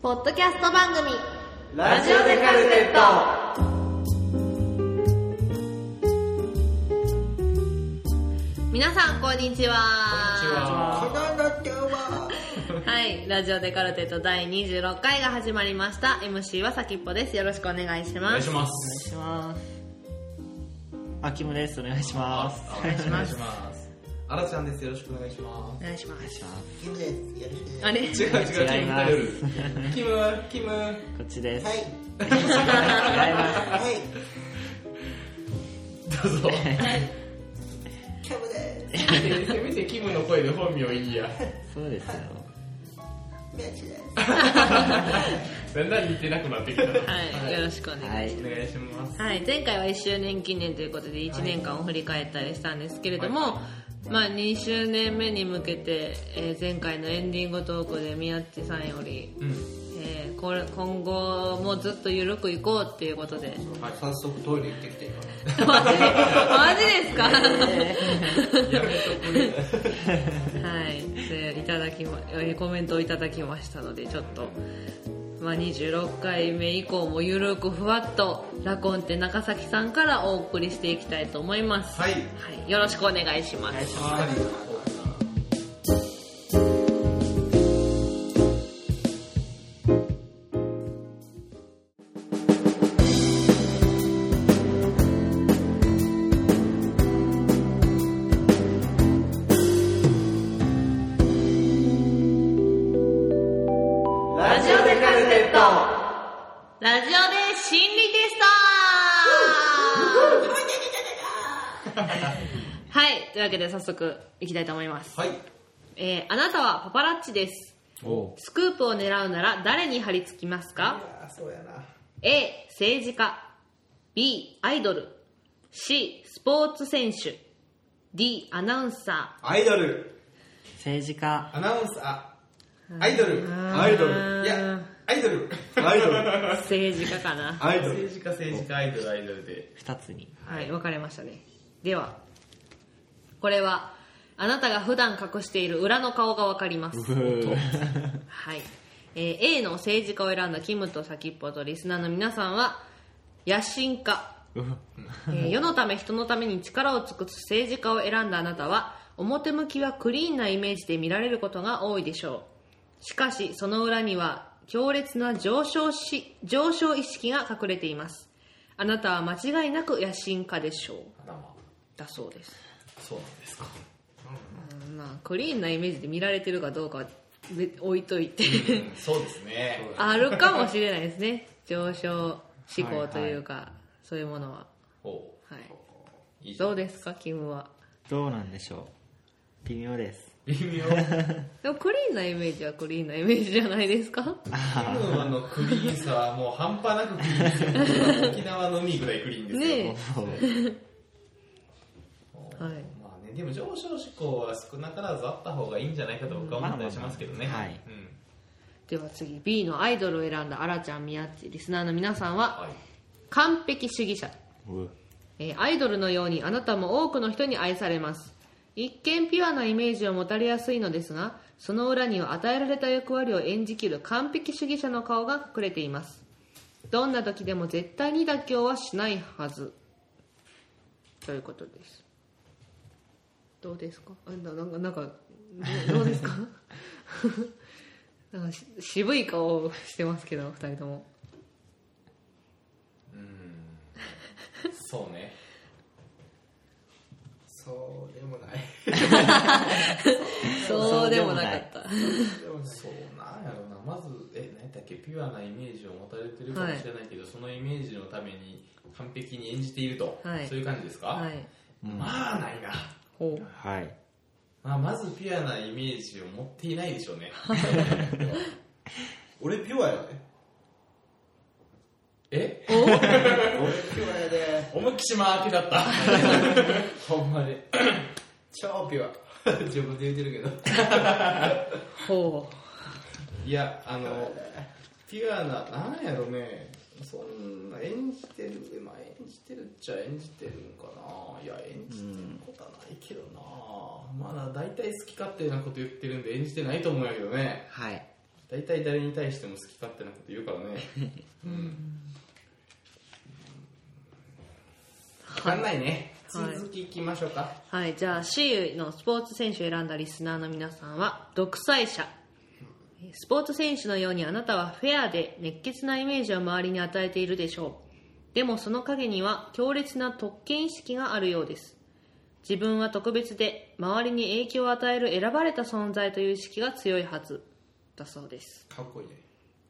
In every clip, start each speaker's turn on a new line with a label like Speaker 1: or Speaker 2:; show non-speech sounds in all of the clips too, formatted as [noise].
Speaker 1: ポッドキャスト番組
Speaker 2: ラジオでカルテット
Speaker 1: 皆さんこんにちは
Speaker 2: こんにちは
Speaker 1: はいラジオでカルテット第26回が始まりました MC は先っぽですよろしくお願いし
Speaker 3: お願
Speaker 1: ま
Speaker 3: いし
Speaker 1: す
Speaker 3: ます。
Speaker 2: お願いしますあきむですお願いします
Speaker 3: お
Speaker 2: お願い
Speaker 1: します
Speaker 3: ます。あらちゃんです。よろしくお願いしま
Speaker 1: お願いします
Speaker 2: します
Speaker 4: キムです。よろしく。
Speaker 1: あれ
Speaker 3: す。違う違う、
Speaker 2: 違います
Speaker 3: キム頼る。キム、キム。
Speaker 2: こっちです、
Speaker 4: はい。
Speaker 2: 違います
Speaker 4: はい。
Speaker 3: どうぞ。
Speaker 4: キムです。
Speaker 3: せめてキムの声で本名いい [laughs] や。
Speaker 2: そうですよ
Speaker 4: 宮地です。
Speaker 3: だんだん似てなくなってきた。
Speaker 1: はいよろしくお願いします、
Speaker 2: はい
Speaker 3: お願いします。
Speaker 1: はい、前回は1周年記念ということで1年間を振り返ったりしたんですけれども、まあ、2周年目に向けて、えー前回のエンディングトークで宮地さんより、
Speaker 3: うん。
Speaker 1: えーこれ今後もずっと緩くいこうっていうことで
Speaker 3: はい、早速トイレ行ってきて。
Speaker 1: マジマジですか
Speaker 3: やめとくれ。
Speaker 1: はいでいただきまえーコメントをいただきましたのでちょっと、まあ、26回目以降も緩くふわっとラコンテ中崎さんからお送りしていきたいと思います
Speaker 3: はい。
Speaker 1: はい、よろしくお願いします。
Speaker 2: ラジオでカルテット
Speaker 1: ラジオで心理テストはい、というわけで早速いきたいと思います。
Speaker 3: はい。
Speaker 1: えー、あなたはパパラッチです。
Speaker 2: お
Speaker 1: スクープを狙うなら誰に張り付きますか
Speaker 4: あ、そうやな。
Speaker 1: ?A、政治家。B、アイドル。C、スポーツ選手。D、アナウンサ
Speaker 3: アイドル。
Speaker 2: 政治家
Speaker 3: アナウンサー。アイドル。
Speaker 1: ーアイドル
Speaker 3: いや、アイドル。
Speaker 5: アイドル、
Speaker 1: ー。政治家かな。
Speaker 5: アイドル。
Speaker 3: 政治家、政治家、アイドル、アイドルで。
Speaker 2: 二つに
Speaker 1: はい、分かれましたね。では、これは、あなたが普段隠している裏の顔が分かります。
Speaker 2: ふう
Speaker 1: はい。えー A の政治家を選んだキムと先っぽとリスナーの皆さんは、野心家。 [laughs] えー世のため人のために力を尽くす政治家を選んだあなたは、表向きはクリーンなイメージで見られることが多いでしょう。しかし、その裏には、強烈な上昇し、上昇意識が隠れています。あなたは間違いなく野心家でしょう。だそうです。
Speaker 3: そうなんですか。
Speaker 1: うんまあ、クリーンなイメージで見られてるかどうかはべ置いといて、 [laughs]
Speaker 3: うん [laughs] そうですね。
Speaker 1: あるかもしれないですね。上昇志向というか、そういうものは。
Speaker 3: お
Speaker 1: はい
Speaker 3: い
Speaker 1: い。
Speaker 3: じゃん
Speaker 1: どうですか、キムは。
Speaker 2: どうなんでしょう微妙です
Speaker 3: 微妙。キ
Speaker 1: でもクリーンなイメージはクリーンなイメージじゃないですか
Speaker 3: ムのあのクリーンさはもう半端なくクリーンですよ。沖縄の海ぐらいクリーンですよ。
Speaker 1: ね
Speaker 2: そう
Speaker 1: はい
Speaker 3: まあね、でも上昇志向は少なからずあった方がいいんじゃないかと僕は思ったりしますけどね。
Speaker 2: まあまあまあはい
Speaker 3: うん
Speaker 1: では次、B のアイドルを選んだアラちゃん、ミヤッチ、リスナーの皆さんは、
Speaker 3: はい
Speaker 1: 完璧主義者。
Speaker 2: う
Speaker 1: えーアイドルのようにあなたも多くの人に愛されます一見ピュアなイメージを持たれやすいのですがその裏には与えられた役割を演じきる完璧主義者の顔が隠れていますどんな時でも絶対に妥協はしないはずということですどうですかあななんかなんかどどう [laughs] ですかなんかし渋い顔をしてますけど二人とも
Speaker 3: そうね。
Speaker 4: そうでもない。
Speaker 1: そう
Speaker 2: う
Speaker 1: で
Speaker 2: で
Speaker 1: も
Speaker 2: も
Speaker 1: な
Speaker 2: な
Speaker 1: か
Speaker 2: か
Speaker 1: っ
Speaker 2: った
Speaker 3: そうなんやろな。まず、え、何やったっけ、ピュアなイメージを持たれてるかもしれないけど、そのイメージのために完璧に演じていると。
Speaker 1: はい
Speaker 3: そういう感じですか、
Speaker 1: はい
Speaker 3: まあ、ないな。
Speaker 1: ほう
Speaker 2: はい
Speaker 3: まあ、まずピュアなイメージを持っていないでしょうね。
Speaker 5: [laughs] 俺ピュアやね。
Speaker 3: え
Speaker 5: 俺ピュアやで。
Speaker 3: おむきしま明けだった。
Speaker 5: [laughs] ほんま
Speaker 3: [laughs]
Speaker 5: に。超ピュア。自分で言ってるけど。
Speaker 1: ほう
Speaker 3: いや、あの、ピュアな、なんやろね、そんな演じてる、まあ演じてるっちゃ演じてるんかな。いや、演じてることはないけどな。まだ大体好き勝手なこと言ってるんで演じてないと思うんやけどね。
Speaker 2: はい
Speaker 3: 大体誰に対しても好き勝手なこと言うからねうん分かんないね
Speaker 1: はい
Speaker 3: 続きいきましょうか
Speaker 1: はい、じゃあ C のスポーツ選手を選んだリスナーの皆さんは独裁者スポーツ選手のようにあなたはフェアで熱血なイメージを周りに与えているでしょうでもその陰には強烈な特権意識があるようです自分は特別で周りに影響を与える選ばれた存在という意識が強いはずだそうです
Speaker 5: かっこいいね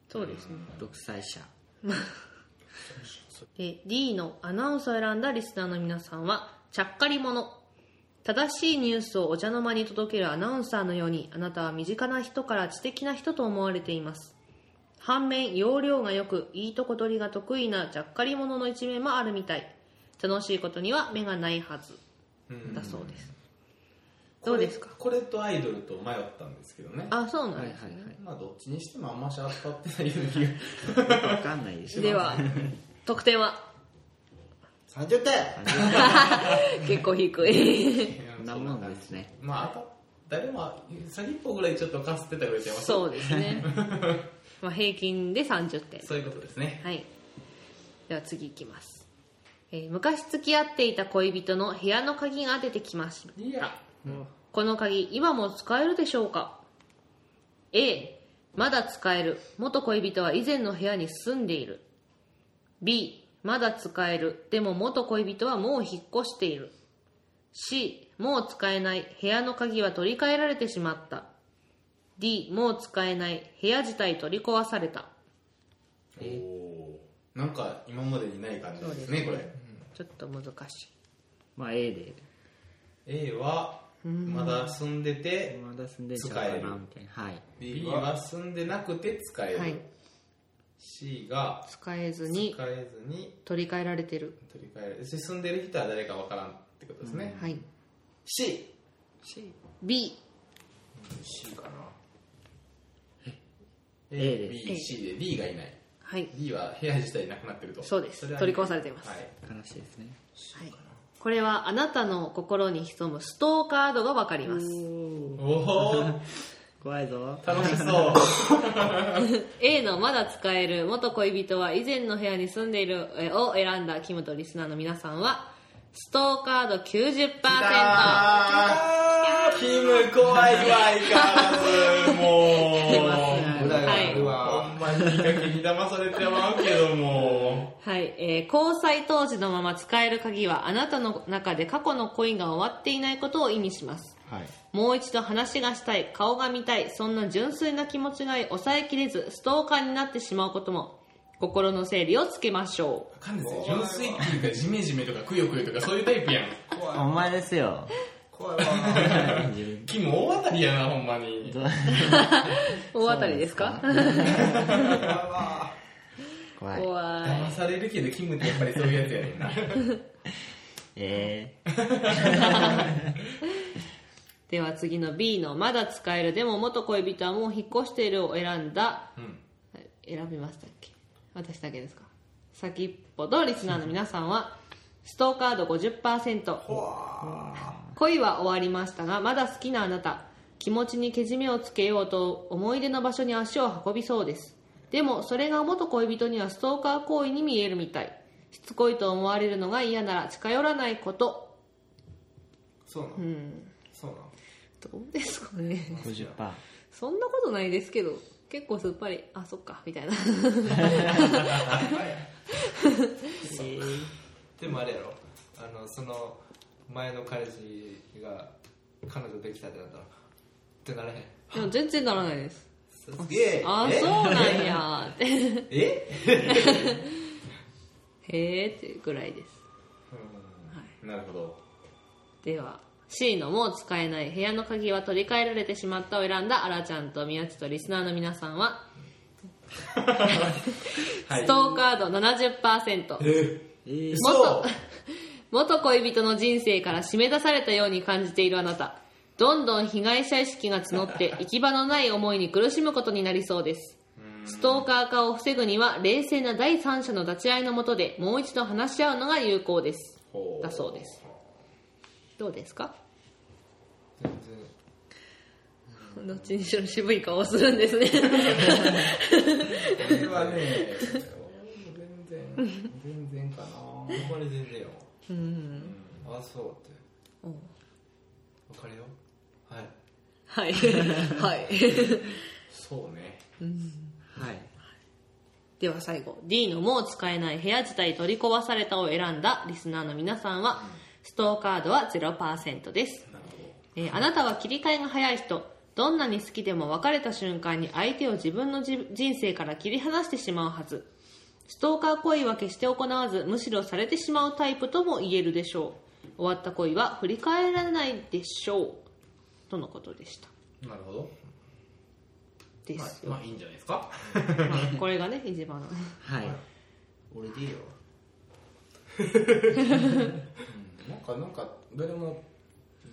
Speaker 1: そうですね
Speaker 2: 独裁者
Speaker 1: え D のアナウンスを選んだリスナーの皆さんはちゃっかり者正しいニュースをお茶の間に届けるアナウンサーのようにあなたは身近な人から知的な人と思われています反面容量が良くいいとこ取りが得意なちゃっかり者の一面もあるみたい楽しいことには目がないはずだそうですどうですか
Speaker 3: これこれとアイドルと迷ったんですけどね
Speaker 1: あそうな
Speaker 2: は
Speaker 1: ん
Speaker 2: いはい
Speaker 1: ですね、
Speaker 3: まあどっちにしてもあんまし当たってないような気が
Speaker 2: はいわかんないでしょ
Speaker 1: では得点は
Speaker 4: 30点
Speaker 1: 結構低い
Speaker 2: こんなもんですね
Speaker 3: まあ当た誰も先っぽぐらいちょっとかすってたぐらいちゃいます
Speaker 1: そうですねまあ平均で30点
Speaker 3: [laughs] そういうことですね
Speaker 1: はい。では次いきます。えー昔付き合っていた恋人の部屋の鍵が出てきました。この鍵、今も使えるでしょうか ?A、まだ使える。元恋人は以前の部屋に住んでいる。B、まだ使える。でも元恋人はもう引っ越している。C、もう使えない。部屋の鍵は取り替えられてしまった。D、もう使えない。部屋自体取り壊された。
Speaker 3: おおーなんか今までにない感じですねこれ
Speaker 1: ちょっと難しい。
Speaker 2: まあ A で
Speaker 3: A はまだ住んでて
Speaker 2: まだ住んでんちゃうか
Speaker 3: 使える
Speaker 2: なみたいなはい
Speaker 3: B は住んでなくて使える、
Speaker 1: はい。
Speaker 3: C が
Speaker 1: 使えず
Speaker 3: 使
Speaker 1: に
Speaker 3: えずに
Speaker 1: 取り替えられてる。
Speaker 3: 取り替えられで住んでる人は誰かわからんってことですね、
Speaker 1: はい。
Speaker 3: C
Speaker 1: B。
Speaker 5: C かな
Speaker 2: A で
Speaker 3: B、C で D がいない
Speaker 1: はい。
Speaker 3: D は部屋自体なくなってると
Speaker 1: そうです
Speaker 3: れは
Speaker 1: 取り壊されています
Speaker 3: はい
Speaker 2: 悲しいですね
Speaker 1: はい、これはあなたの心に潜むストーカー度がわかります。
Speaker 3: おおー
Speaker 2: 怖いぞ
Speaker 3: 楽しそう
Speaker 1: [laughs] A のまだ使える元恋人は以前の部屋に住んでいるえーを選んだキムとリスナーの皆さんは、ストーカー度90%。
Speaker 3: あーキム怖いわ相変わらずもう
Speaker 5: 無駄が
Speaker 1: はい
Speaker 5: あるわ
Speaker 3: ほんまに見かけに騙されてまうけども
Speaker 1: はい、えー交際当時のまま使える鍵はあなたの中で過去の恋が終わっていないことを意味します。
Speaker 2: はい
Speaker 1: もう一度話がしたい顔が見たいそんな純粋な気持ちが抑えきれずストーカーになってしまうことも心の整理をつけましょ
Speaker 3: あかんですよ純粋っていうかジメジメとかくよくよとかそういうタイプやん
Speaker 2: お前ですよ
Speaker 5: 怖いわ
Speaker 2: 自分
Speaker 3: キム大当たりやなほんまに
Speaker 2: どう
Speaker 1: う大当たりですか
Speaker 2: 怖い
Speaker 1: 怖い
Speaker 3: 騙されるけどキムってやっぱりそういうやつやねんな
Speaker 2: え
Speaker 1: では次の B の「まだ使える」でも元恋人はもう引っ越しているを選んだ、
Speaker 3: ん
Speaker 1: 選びましたっけ私だけですか先っぽとリスナーの皆さんはストーカー度50%恋は終わりましたがまだ好きなあなた気持ちにけじめをつけようと思い出の場所に足を運びそうですでもそれが元恋人にはストーカー行為に見えるみたいしつこいと思われるのが嫌なら近寄らないこと
Speaker 5: そうなの
Speaker 1: うん
Speaker 5: そ
Speaker 1: [laughs]
Speaker 5: うなの
Speaker 1: どうですかね
Speaker 2: ー、50%
Speaker 1: そんなことないですけど、結構すっぱり、あ、そっか、みたいな。 [laughs]
Speaker 5: でもあれやろあのその前の彼氏が彼女できたってなったらってならへん
Speaker 1: でも全然ならないです。
Speaker 5: すげえ
Speaker 1: あ、そうなん [laughs] やって。
Speaker 5: え
Speaker 1: へーってぐらいです。
Speaker 3: なるほど
Speaker 1: では、C のもう使えない部屋の鍵は取り替えられてしまったを選んだアラちゃんと宮地とリスナーの皆さんは、ストーカー度70%。
Speaker 2: えー、
Speaker 1: 元元恋人の人生から締め出されたように感じているあなたどんどん被害者意識が募って行き場のない思いに苦しむことになりそうですストーカー化を防ぐには冷静な第三者の立ち会いのもとでもう一度話し合うのが有効です
Speaker 3: ほう
Speaker 1: だそうですどうですか
Speaker 5: 全然
Speaker 1: どっちにしろ渋い顔をするんですね
Speaker 3: 俺はね、全然、全然かな。
Speaker 5: ほんまに全然よ
Speaker 1: うん
Speaker 5: あそうって
Speaker 1: おう
Speaker 5: わかるよは
Speaker 1: はい
Speaker 5: い
Speaker 1: はい、
Speaker 3: そうね。
Speaker 1: うん
Speaker 2: はい。
Speaker 1: では最後 D のもう使えない部屋自体取り壊されたを選んだリスナーの皆さんはストーカー度は0%です、
Speaker 3: なる
Speaker 1: えーあなたは切り替えが早い人どんなに好きでも別れた瞬間に相手を自分のじ人生から切り離してしまうはずストーカー行為は決して行わずむしろされてしまうタイプとも言えるでしょう終わった恋は振り返らないでしょうとのことでした
Speaker 3: ほど。なるほど。
Speaker 1: で
Speaker 3: ますあ、
Speaker 1: よ、
Speaker 3: まあいいんじゃないですか。
Speaker 1: まあこれがね一番の
Speaker 2: はい。
Speaker 3: [laughs] 俺でいい [laughs] よ。なんか、なんか、どれも、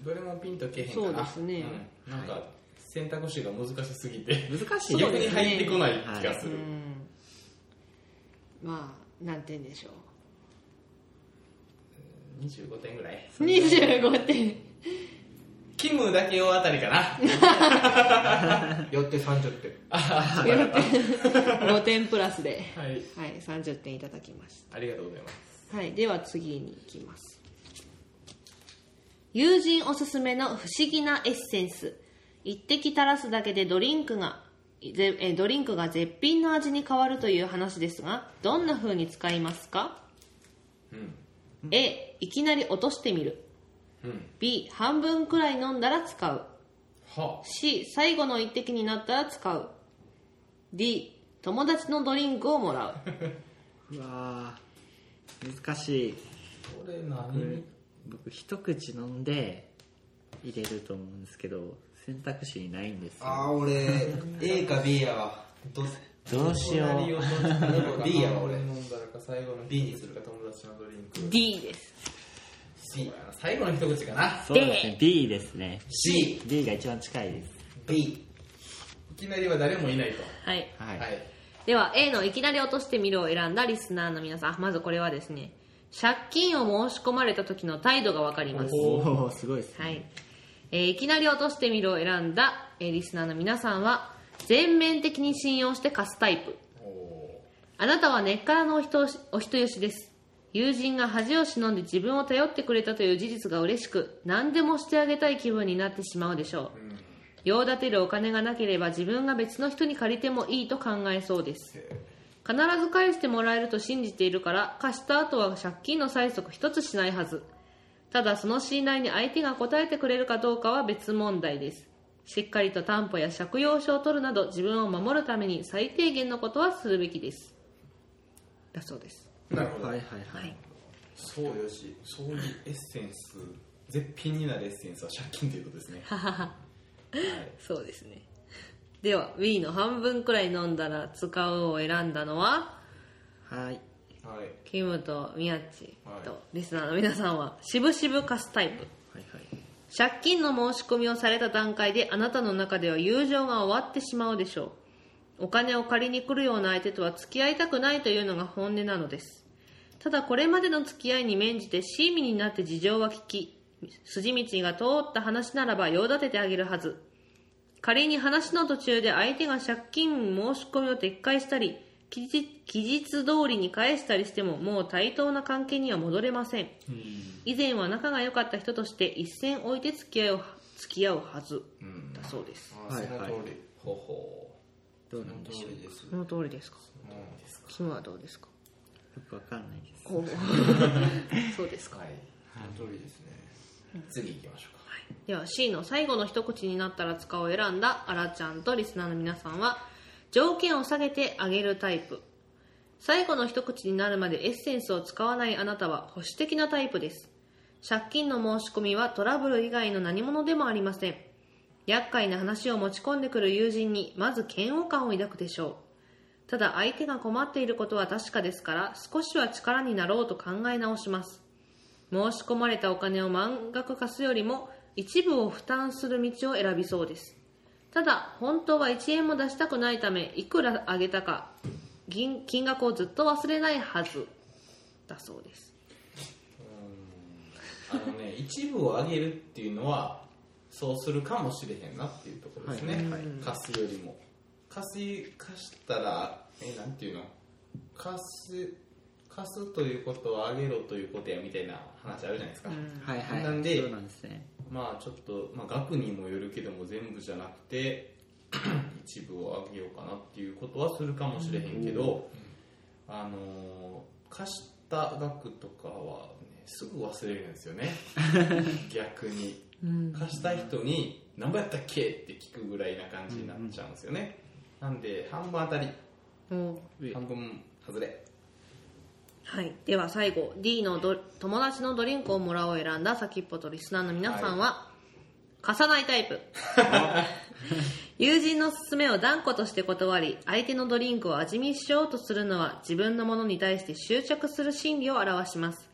Speaker 3: どれもピンとけへんかな。
Speaker 1: そうですね
Speaker 3: うんなんか、選択肢が難しすぎて、
Speaker 2: 難しい
Speaker 3: 逆
Speaker 2: よ
Speaker 3: に
Speaker 2: ね。
Speaker 3: 入ってこない気がす
Speaker 1: う
Speaker 3: る。
Speaker 1: んまあなんて言うんでしょ
Speaker 3: 25点ぐらい。
Speaker 1: う25点
Speaker 3: キムだけをあたりかな。 [laughs]
Speaker 5: よって30点
Speaker 1: 5点プラスで、
Speaker 3: はい。
Speaker 1: はい、30点いただきまし
Speaker 3: ありがとうございます。
Speaker 1: た、はい、では次に行きます友人おすすめの不思議なエッセンス一滴垂らすだけでドリンクがぜえドリンクが絶品の味に変わるという話ですがどんな風に使いますか、A いきなり落としてみる、
Speaker 3: うん。
Speaker 1: B 半分くらい飲んだら使う
Speaker 3: は
Speaker 1: C 最後の一滴になったら使う D 友達のドリンクをもらう
Speaker 2: うわー難しい。
Speaker 3: あ。これ何
Speaker 2: 僕、一口飲んで入れると思うんですけど、選択肢にないんですよ。
Speaker 5: ああ俺 A か B やわどうせ
Speaker 2: どうしよ
Speaker 3: 隣を
Speaker 2: う。
Speaker 3: どっちか飲むか
Speaker 5: B やわ俺
Speaker 3: 飲んだらか最後の B にするか友達のドリンク
Speaker 1: D です
Speaker 3: そうやな最後の一口かな
Speaker 2: そうですね。B ですね。
Speaker 5: CB
Speaker 2: B が一番近いです。
Speaker 3: いきなりは誰もいないと
Speaker 1: はい
Speaker 2: はい。
Speaker 3: はい
Speaker 1: では A のいきなり落としてみるを選んだリスナーの皆さんあまずこれはですね借金を申し込まれた時の態度がわかります
Speaker 2: おおすごいですね。
Speaker 1: はい、えーいきなり落としてみるを選んだ、えーリスナーの皆さんは全面的に信用して貸すタイプあなたは根っからのお人よしお人よしです友人が恥を忍んで自分を頼ってくれたという事実が嬉しく何でもしてあげたい気分になってしまうでしょう、用立てるお金がなければ自分が別の人に借りてもいいと考えそうです必ず返してもらえると信じているから貸した後は借金の催促一つしないはずただその信頼に相手が応えてくれるかどうかは別問題ですしっかりと担保や借用書を取るなど自分を守るために最低限のことはするべきですだそうです
Speaker 3: なるほど、
Speaker 2: はいはいはい。
Speaker 3: そうよしそういうエッセンス絶品になるエッセンスは借金ということですねはい
Speaker 1: そうですねでは Wii の半分くらい飲んだら使うを選んだのは
Speaker 2: はい。
Speaker 5: はい
Speaker 1: キムとミヤッチ
Speaker 5: はい
Speaker 1: とリスナーの皆さんは渋々貸すタイプ
Speaker 2: はいはい。
Speaker 1: 借金の申し込みをされた段階であなたの中では友情が終わってしまうでしょうお金を借りに来るような相手とは付き合いたくないというのが本音なのですただこれまでの付き合いに免じて親身になって事情は聞き筋道が通った話ならば用立ててあげるはず仮に話の途中で相手が借金申し込みを撤回したり期日期日通りに返したりしてももう対等な関係には戻れません以前は仲が良かった人として一線置いて付き合いを付き合うはずだそうです、
Speaker 5: あ
Speaker 2: はい
Speaker 5: その
Speaker 2: はい
Speaker 5: 通り
Speaker 3: ほうほ
Speaker 2: どうなんで
Speaker 5: そ
Speaker 2: しょ
Speaker 5: の通
Speaker 2: う
Speaker 5: りです
Speaker 1: その通りですか
Speaker 5: う
Speaker 1: キムはどう
Speaker 2: [laughs]
Speaker 1: ですか
Speaker 2: よくわかんないです。
Speaker 1: こう [laughs] そうですか、
Speaker 5: んその通りですね
Speaker 3: う次行きましょう
Speaker 1: では C の最後の一口になったら使うを選んだあらちゃんとリスナーの皆さんは条件を下げてあげるタイプ最後の一口になるまでエッセンスを使わないあなたは保守的なタイプです借金の申し込みはトラブル以外の何者でもありません厄介な話を持ち込んでくる友人にまず嫌悪感を抱くでしょうただ相手が困っていることは確かですから少しは力になろうと考え直します申し込まれたお金を満額貸すよりも一部を負担する道を選びそうですただ本当は1円も出したくないためいくらあげたか銀金額をずっと忘れないはずだそうです
Speaker 3: かあのね一部を上げるっていうのはそうするかもしれへんなっていうところですね、
Speaker 2: はい
Speaker 1: はいうん
Speaker 3: 貸すよりも貸し貸したらえなんていうの貸す貸すということはあげろということやみたいな話あるじゃないですか、
Speaker 2: はいはい
Speaker 3: なんで
Speaker 2: そうなんですね
Speaker 3: まあちょっと、まあ、額にもよるけども全部じゃなくて [clears throat] 一部をあげようかなっていうことはするかもしれへんけど、あのー貸した額とかは、ね、すぐ忘れるんですよ
Speaker 2: [laughs]
Speaker 3: ね逆に
Speaker 1: うん
Speaker 3: 貸した人に「何ぼやったっけ?」って聞くぐらいな感じになっちゃうんですよね、なんで半分当たり
Speaker 1: も
Speaker 2: え
Speaker 3: 半分外れ
Speaker 1: うはい、では最後 D のど友達のドリンクをもらおう」を選んだ先っぽとリスナーの皆さんは、貸さないタイプ友人の勧めを断固として断り相手のドリンクを味見しようとするのは自分のものに対して執着する心理を表します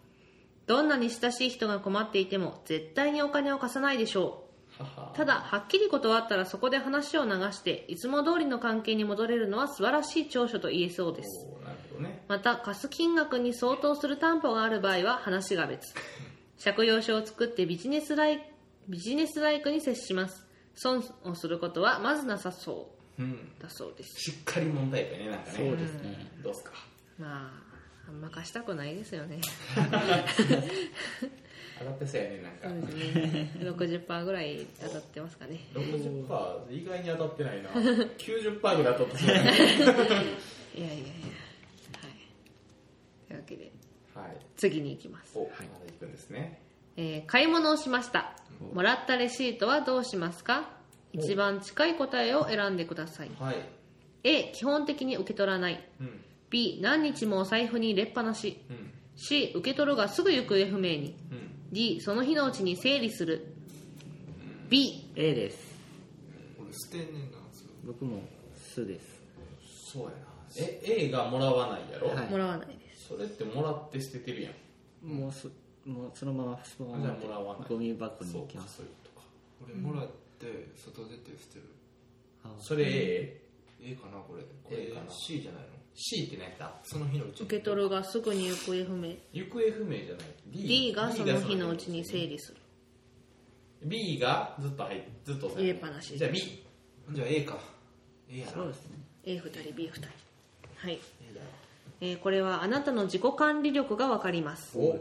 Speaker 1: どんなに親しい人が困っていても絶対にお金を貸さないでしょう
Speaker 3: はは
Speaker 1: ただはっきり断ったらそこで話を流していつも通りの関係に戻れるのは素晴らしい長所と言えそうです
Speaker 3: おーなるほどね
Speaker 1: また貸す金額に相当する担保がある場合は話が別借用書を作ってビジネスライビジネスライクに接します損をすることはまずなさそ
Speaker 3: うん
Speaker 1: うだそうです
Speaker 3: しっかり問題やねなんかね
Speaker 2: そうですね
Speaker 3: どうっすか
Speaker 1: まああんま貸したくないですよね
Speaker 3: 上がってそうやねなんか、
Speaker 1: そうですね60%ぐらい当たってますかね
Speaker 3: 60%意外に当たっ
Speaker 1: [laughs]
Speaker 3: てないな90%ぐらい当たってそうやね
Speaker 1: いやいやいやはいというわけで
Speaker 3: はい
Speaker 1: 次に行きます
Speaker 3: お、まだ行くんですね
Speaker 1: えー買い物をしましたもらったレシートはどうしますか一番近い答えを選んでください
Speaker 3: はい、
Speaker 1: A 基本的に受け取らない
Speaker 3: うん、
Speaker 1: B 何日もお財布に入れっぱなし
Speaker 3: うん
Speaker 1: C 受け取るがすぐ行方不明に
Speaker 3: うん
Speaker 1: D その日のうちに整理する B
Speaker 2: A です
Speaker 5: 俺捨てんねんなそれ
Speaker 2: 僕もすです
Speaker 3: そうやなえ A がもらわないやろ、
Speaker 2: はい
Speaker 1: もらわないです
Speaker 3: それってもらって捨ててるやん
Speaker 2: もうそもうそのままそのまま
Speaker 3: あじゃあもらわない
Speaker 2: ゴミ箱に
Speaker 3: そ
Speaker 2: 行
Speaker 3: う
Speaker 2: き
Speaker 3: か
Speaker 2: ます
Speaker 3: そういうことか
Speaker 5: 俺もらって外出て捨てる
Speaker 2: あ
Speaker 3: それ A、
Speaker 5: A かなこれこ
Speaker 3: れかな
Speaker 5: C じゃないの
Speaker 3: C って何やった
Speaker 5: その日のうちに
Speaker 1: 受け取るがすぐに行方不明
Speaker 3: 行方不明じゃない
Speaker 1: D がその日のうちに整
Speaker 3: 理
Speaker 1: 理する
Speaker 3: B がずっと入ってずっと押さえてる
Speaker 1: 入れっぱなし
Speaker 3: じゃあ B
Speaker 5: じゃあ A か A やな
Speaker 2: そうですね
Speaker 1: A2 人 B2 人はい、えーこれはあなたの自己管理力がわかります
Speaker 3: お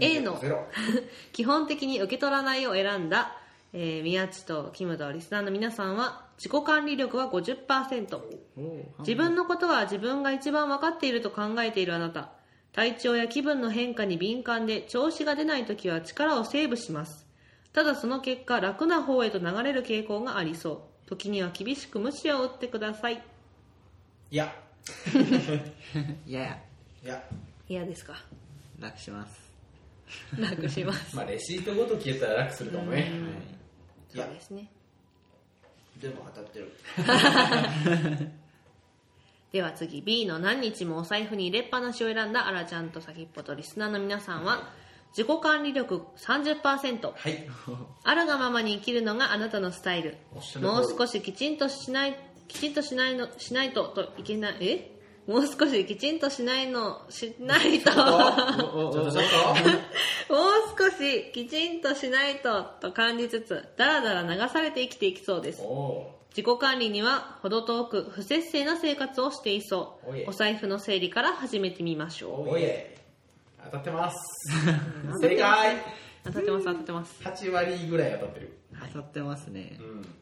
Speaker 1: A の
Speaker 3: ゼロ
Speaker 1: [laughs] 基本的に受け取らないを選んだ、えー宮地とキムとリスナーの皆さんは自己管理力は50%
Speaker 2: おー
Speaker 1: 自分のことは自分が一番分かっていると考えているあなた体調や気分の変化に敏感で調子が出ない時は力をセーブしますただその結果楽な方へと流れる傾向がありそう時には厳しく無視を打ってください
Speaker 3: いや
Speaker 2: いやいや
Speaker 3: いや
Speaker 1: 嫌ですか
Speaker 2: 楽します
Speaker 1: 楽します
Speaker 3: まあレシートごと消えたら楽するかもね
Speaker 1: そうですね
Speaker 4: でも当たってる。
Speaker 1: では次 B の何日もお財布に入れっぱなしを選んだあらちゃんと先っぽとリスナーの皆さんは自己管理力30%
Speaker 3: はい
Speaker 1: あるがままに生きるのがあなたのスタイル
Speaker 3: おっしゃる通り
Speaker 1: もう少しきちんとしないきちんとしないのしないとといけないえもう少しきちんとしないのしない
Speaker 3: [laughs]
Speaker 1: と
Speaker 2: おお
Speaker 3: ちょっと
Speaker 2: お
Speaker 3: ち
Speaker 1: もう
Speaker 3: ょっ
Speaker 1: 少しきちんとしないとと感じつつだらだら流されて生きていきそうです
Speaker 3: とお
Speaker 1: 自己管理には程遠く不節制な生活をしていそ
Speaker 3: おいう
Speaker 1: お財布の整理から始めてみまし
Speaker 3: ー
Speaker 1: ょ
Speaker 3: おいえ当たってます正解
Speaker 1: う当たってます当たってます
Speaker 3: 8割ぐらい当たってる
Speaker 2: 当たってますね
Speaker 3: うん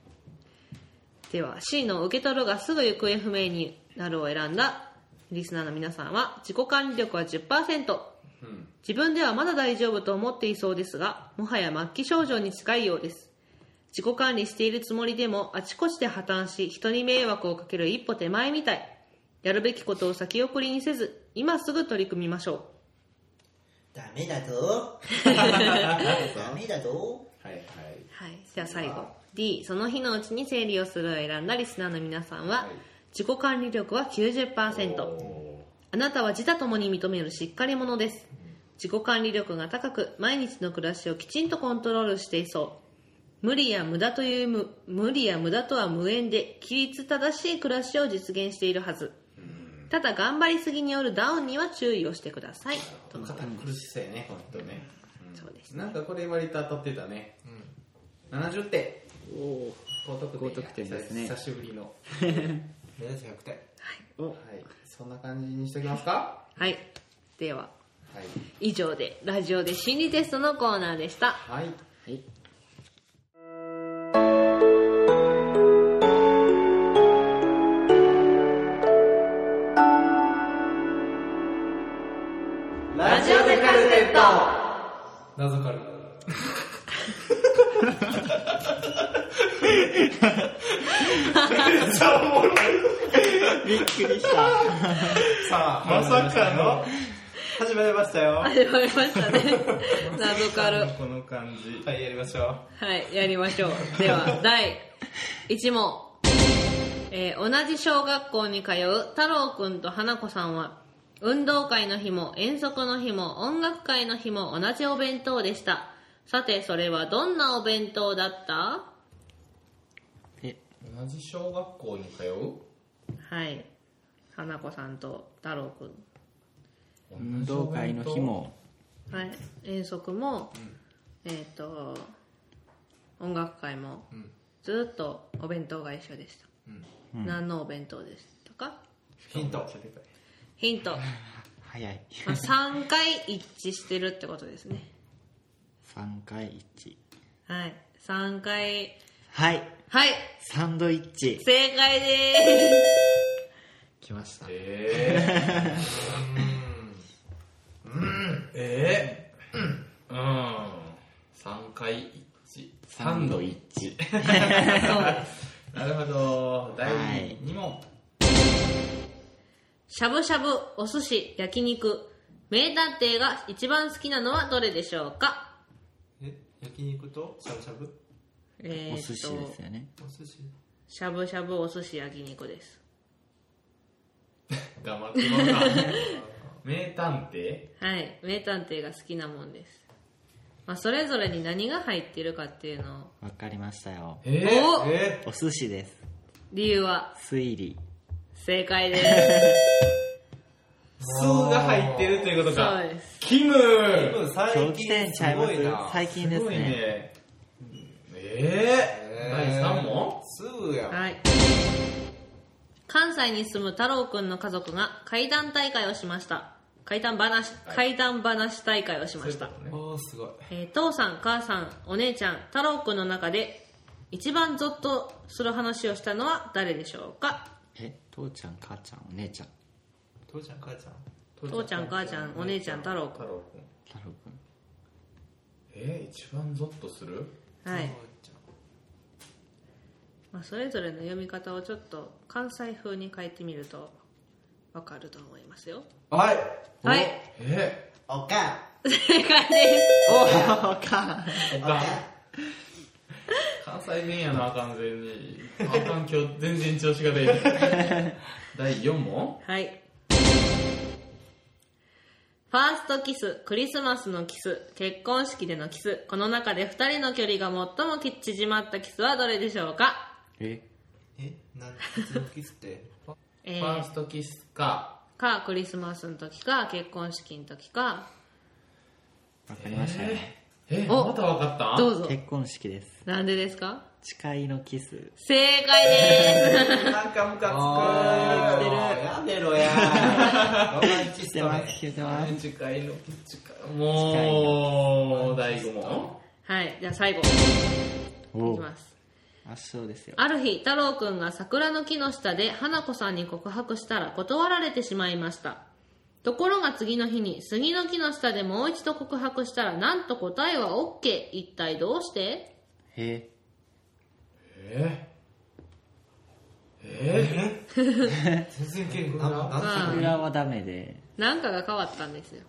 Speaker 1: では C の受け取るがすぐ行方不明になるを選んだリスナーの皆さんは自己管理力は10%
Speaker 3: うん
Speaker 1: 自分ではまだ大丈夫と思っていそうですがもはや末期症状に近いようです自己管理しているつもりでもあちこちで破綻し人に迷惑をかける一歩手前みたいやるべきことを先送りにせず今すぐ取り組みましょう
Speaker 4: ダメだぞ。ダメだぞ。
Speaker 3: はいはい
Speaker 1: はい、じゃあ最後 D その日のうちに整理をするを選んだリスナーの皆さんは、
Speaker 3: はい
Speaker 1: 自己管理力は90%
Speaker 3: お
Speaker 1: あなたは自他ともに認めるしっかり者です自己管理力が高く毎日の暮らしをきちんとコントロールしていそう無理や無駄という無無理や無駄とは無縁で規律正しい暮らしを実現しているはずただ頑張りすぎによるダウンには注意をしてくださいと
Speaker 3: ー
Speaker 1: のこ
Speaker 3: 肩
Speaker 1: と
Speaker 3: 苦しそうやねこの人ね
Speaker 1: そうです
Speaker 3: なんかこれ割と当たってたね
Speaker 5: うん
Speaker 3: 70点
Speaker 2: おお
Speaker 3: 高得点
Speaker 2: 高得点ですね
Speaker 3: 久しぶりの
Speaker 5: 目指せ100点
Speaker 2: お
Speaker 3: はいそんな感じにしておきますか
Speaker 1: はい。では、
Speaker 3: はい
Speaker 1: 以上で、ラジオで心理テストのコーナーでした。
Speaker 3: はい
Speaker 2: はい
Speaker 1: ラジオでカルテット
Speaker 5: 謎かる
Speaker 2: びっくりした
Speaker 5: さあ
Speaker 3: まさかの
Speaker 5: 始まりましたよ
Speaker 1: 始まりましたね。 [laughs] 謎かる。
Speaker 3: この感じ
Speaker 5: はいやりましょう
Speaker 1: はい、やりましょう。では、第1問。えー同じ小学校に通う太郎くんと花子さんは、運動会の日も遠足の日も音楽会の日も同じお弁当でした。さて、それはどんなお弁当だった
Speaker 2: え
Speaker 3: 同じ小学校に通う
Speaker 1: はい。花子さんと太郎くん。
Speaker 2: 運動会の日も
Speaker 1: はい。遠足も、えっ、と、音楽会も、ずっとお弁当が一緒でした。何のお弁当でしたか
Speaker 5: ヒント
Speaker 1: ヒント。
Speaker 2: 早 [laughs] い
Speaker 1: まあ、3回一致してるってことですね
Speaker 2: 3回1
Speaker 1: はい3回
Speaker 2: はい
Speaker 1: はい
Speaker 2: サンドイッチ
Speaker 1: 正解で
Speaker 2: 来ました
Speaker 3: え
Speaker 5: え
Speaker 3: ー、うん3回一致
Speaker 2: サンドイッチ
Speaker 1: ーすそうです
Speaker 3: なるほど第
Speaker 2: はい
Speaker 3: 2問
Speaker 1: しゃぶしゃぶお寿司焼肉名探偵が一番好きなのはどれでしょうか
Speaker 5: え焼肉としゃぶしゃぶ
Speaker 1: え
Speaker 2: お
Speaker 1: ー
Speaker 2: 寿司ですよね
Speaker 5: お寿司
Speaker 1: しゃぶしゃぶお寿司焼肉です
Speaker 3: 黙っても
Speaker 5: [laughs]
Speaker 3: らうな名探偵
Speaker 1: はい名探偵が好きなもんですまあ、それぞれに何が入ってるかっていうのを
Speaker 2: わかりましたよ
Speaker 5: えー、
Speaker 1: お
Speaker 5: え
Speaker 2: お寿司です
Speaker 1: 理由は
Speaker 2: 推理
Speaker 1: 正解
Speaker 2: [laughs]
Speaker 1: です
Speaker 3: 「す」が入ってるということ
Speaker 1: そう
Speaker 3: か
Speaker 1: です
Speaker 3: キム
Speaker 5: ーでも
Speaker 2: 長
Speaker 5: 最
Speaker 2: 期戦
Speaker 5: 近
Speaker 2: ちゃ
Speaker 5: す
Speaker 2: いま
Speaker 5: ご
Speaker 2: す
Speaker 5: いな
Speaker 2: 最近です
Speaker 3: ごい
Speaker 2: ね
Speaker 3: ねえー、第3問
Speaker 5: すぐやん
Speaker 1: はい。関西に住む太郎くんの家族が怪談大会をしました。怪談話、怪談話大会をしました。
Speaker 5: おーすごい
Speaker 1: えー父さん、母さん、お姉ちゃん、太郎くんの中で一番ゾッとする話をしたのは誰でしょうか
Speaker 2: え父ちゃん母ちゃんお姉ちゃん
Speaker 5: 父ちゃん母ちゃん
Speaker 1: 父ちゃん、母ちゃん、お姉ちゃん、太郎く
Speaker 3: 太郎くん
Speaker 2: 太郎くん
Speaker 3: えー、一番ゾッとする
Speaker 1: ん。はい
Speaker 5: 父。ちゃ
Speaker 1: まあ、それぞれの読み方をちょっと関西風に変えてみるとわかると思いますよ。
Speaker 5: んはい
Speaker 1: はい。
Speaker 3: え
Speaker 4: おか
Speaker 1: 正解です。
Speaker 2: おおか
Speaker 4: んおかん
Speaker 3: ー、関西弁やな完全にあかん今日全然調子が出ない
Speaker 1: [laughs]
Speaker 3: 第4問
Speaker 1: はい。ファーストキス、クリスマスのキス、結婚式でのキス、この中で2人の距離が最も縮まったキスはどれでしょうか
Speaker 2: え
Speaker 5: えなん普通のキスってあ
Speaker 1: え
Speaker 3: ファー
Speaker 1: ー、
Speaker 3: ストキスか
Speaker 1: か、クリスマスの時か、結婚式の時か、
Speaker 2: わかりましたよ
Speaker 3: えー、
Speaker 1: お
Speaker 3: またわかった
Speaker 1: どうぞ。
Speaker 2: 結婚式です
Speaker 1: なんでですか
Speaker 2: 誓いのキス
Speaker 1: 正解で
Speaker 5: なんかムカつく
Speaker 3: あ
Speaker 5: やめろやロマンチ
Speaker 2: 来
Speaker 5: ス
Speaker 2: て
Speaker 5: ト
Speaker 2: ま
Speaker 5: ね
Speaker 2: す来てます
Speaker 3: 近いの近いもう第5問
Speaker 1: す。 [laughs] はい、じゃあ最後、
Speaker 2: お
Speaker 1: いき
Speaker 2: お
Speaker 1: ます。
Speaker 2: 圧勝ですよ
Speaker 1: ある日、太郎くんが桜の木の下で花子さんに告白したら断られてしまいました。ところが次の日に杉の木の下でもう一度告白したらなんと答えは OK。一体どうして
Speaker 2: え
Speaker 3: えー、え
Speaker 5: 全然けんなななん
Speaker 1: まあ、
Speaker 2: 桜はダメで
Speaker 1: なんかが変わったんですよ。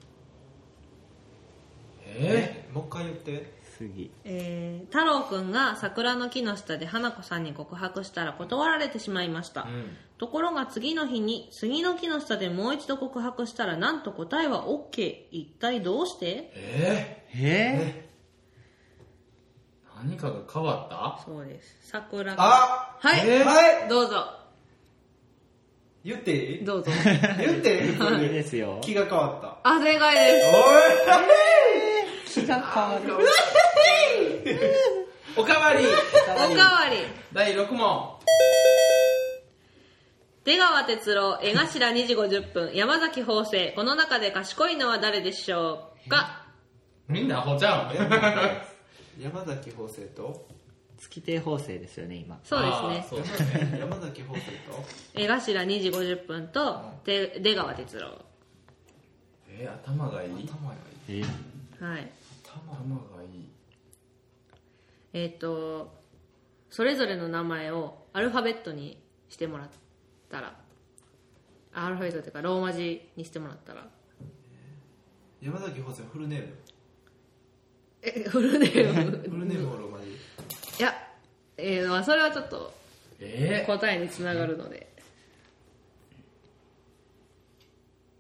Speaker 3: ー、え
Speaker 5: えもう一回言って
Speaker 2: 次
Speaker 1: えー、太郎くんが桜の木の下で花子さんに告白したら断られてしまいました。
Speaker 3: ー、うん
Speaker 1: ところが次の日に杉の木の下でもう一度告白したらなんと答えは OK。一体どうして
Speaker 3: え
Speaker 2: え
Speaker 3: ー、何かが変わった
Speaker 1: そうです。桜が。
Speaker 5: あ
Speaker 1: はい、
Speaker 5: えーはい
Speaker 1: どうぞ。
Speaker 5: 言っていい
Speaker 1: どうぞ。
Speaker 5: 言っていい
Speaker 2: いいですよ
Speaker 5: 気が変わった
Speaker 1: あ、正 [laughs] 解です。
Speaker 5: おい
Speaker 2: 気が変わる
Speaker 3: おかわり
Speaker 1: おかわり
Speaker 3: 第6問
Speaker 1: 出川哲朗江頭2時50分山崎邦生この中で賢いのは誰でしょうか
Speaker 3: みんなアホちゃうん
Speaker 5: [laughs] 山崎邦生と
Speaker 2: 月亭法制ですよね今
Speaker 1: そうですね
Speaker 3: そうですね
Speaker 5: 山崎邦生と
Speaker 1: 江頭2時50分とで出川哲朗
Speaker 3: えー頭がいい
Speaker 5: 頭がいい
Speaker 2: え
Speaker 1: はい
Speaker 3: 頭がいい
Speaker 1: えっ、とそれぞれの名前をアルファベットにしてもらったらあアルファベットっていうかローマ字にしてもらったら
Speaker 5: 山崎邦生フルネーム
Speaker 1: えフルネー
Speaker 5: フ
Speaker 1: ム
Speaker 5: ルネームをローマ字
Speaker 1: いや、えーまあ、それはちょっと
Speaker 3: え
Speaker 1: 答えにつながるので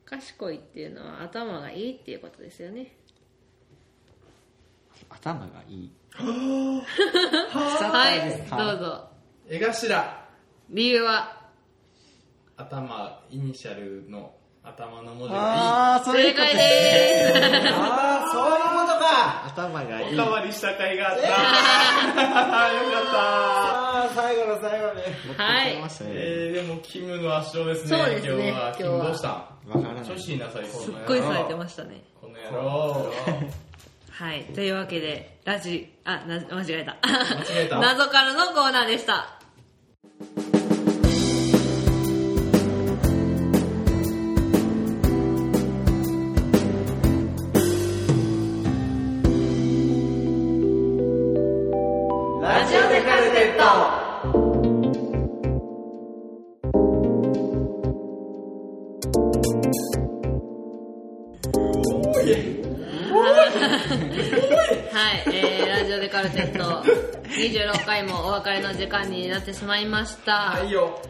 Speaker 1: 賢いっていうのは頭がいいっていうことですよね
Speaker 2: 頭がいい
Speaker 1: はい
Speaker 2: は
Speaker 1: ど
Speaker 2: いう
Speaker 1: ぞ
Speaker 3: ー江頭
Speaker 1: 理由は
Speaker 3: 頭イニシャルの頭の文字が
Speaker 2: ああそれ
Speaker 1: 正
Speaker 2: いいこと
Speaker 1: 解
Speaker 2: ね
Speaker 1: でーす
Speaker 4: ああ、そういうことか
Speaker 2: 頭が
Speaker 3: い
Speaker 2: い
Speaker 3: い
Speaker 2: い
Speaker 3: おかわりした甲斐があったよかった
Speaker 4: ああ、最後の最後で。
Speaker 1: はい
Speaker 2: ましたね
Speaker 3: えー、でもキムの圧勝ですね
Speaker 1: そうですね
Speaker 3: 今日はキム
Speaker 1: 今日は
Speaker 3: どうした
Speaker 2: わからなんい
Speaker 3: 調子になさいこ
Speaker 1: すっ
Speaker 3: の
Speaker 1: ごい
Speaker 3: 野
Speaker 1: されて
Speaker 3: 郎
Speaker 1: ましたね
Speaker 3: この野郎
Speaker 1: はいというわけでラジあな間違えた
Speaker 3: 間違えた
Speaker 1: 謎からのコーナーでした
Speaker 4: ラジオでカルテット
Speaker 1: はい、えー、ラジオでカルテット26回もお別れの時間になってしまいました、
Speaker 3: はいよ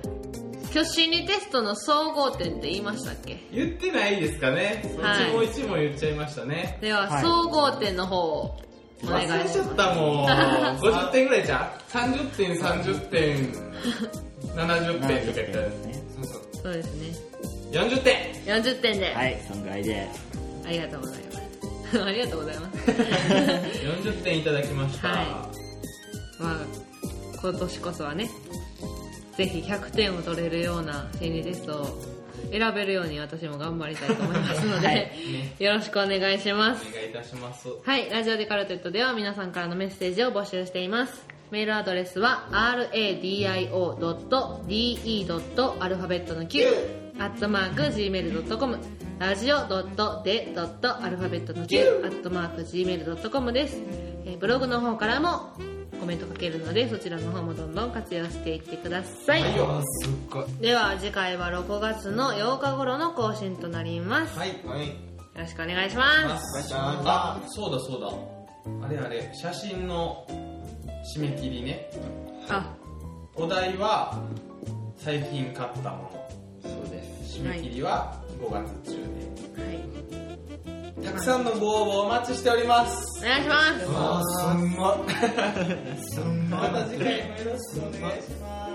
Speaker 1: 今日心理テストの総合点って言いましたっけ
Speaker 3: 言ってないですかねそっちもう一問言っちゃいましたね、
Speaker 1: では、総合点の方をお願いし
Speaker 3: 忘れ
Speaker 1: ます
Speaker 3: ちゃったもう50点ぐらいじゃん30点30点70点とか言ったら
Speaker 2: ね
Speaker 5: そうそう
Speaker 1: そうですね
Speaker 3: 40点
Speaker 1: 40点で、
Speaker 2: はいそんぐらいで
Speaker 1: ありがとうございます [laughs] ありがとうござい
Speaker 3: [laughs]
Speaker 1: ます
Speaker 3: 40点いただきました、
Speaker 1: はまあ今年こそはねぜひ100点を取れるような心理テストを選べるように私も頑張りたいと思いますので、よろしくお願いします
Speaker 3: お願いいたします
Speaker 1: はい、ラジオでカルテットでは皆さんからのメッセージを募集しています。メールアドレスは radio.de.alphabet9 アットマーク gmail.com ラジオ .de.alphabet9 アットマーク gmail.com です、えーブログの方からもコメント書けるのでそちらの方もどんどん活用していってください、
Speaker 5: あーすっごい
Speaker 1: では次回は6月の8日頃の更新となります、
Speaker 3: はい
Speaker 5: はい
Speaker 1: よろしくお願いします
Speaker 3: あそうだそうだあれあれ写真の締め切りね
Speaker 1: あ
Speaker 3: お題は最近買ったも
Speaker 2: そうです
Speaker 3: の締め切りは5月中
Speaker 1: はい
Speaker 3: で、たくさんのご応募お待ちしておりま
Speaker 1: お
Speaker 3: す
Speaker 1: 願いします
Speaker 3: あすんますんままた次回もよろしくお願いします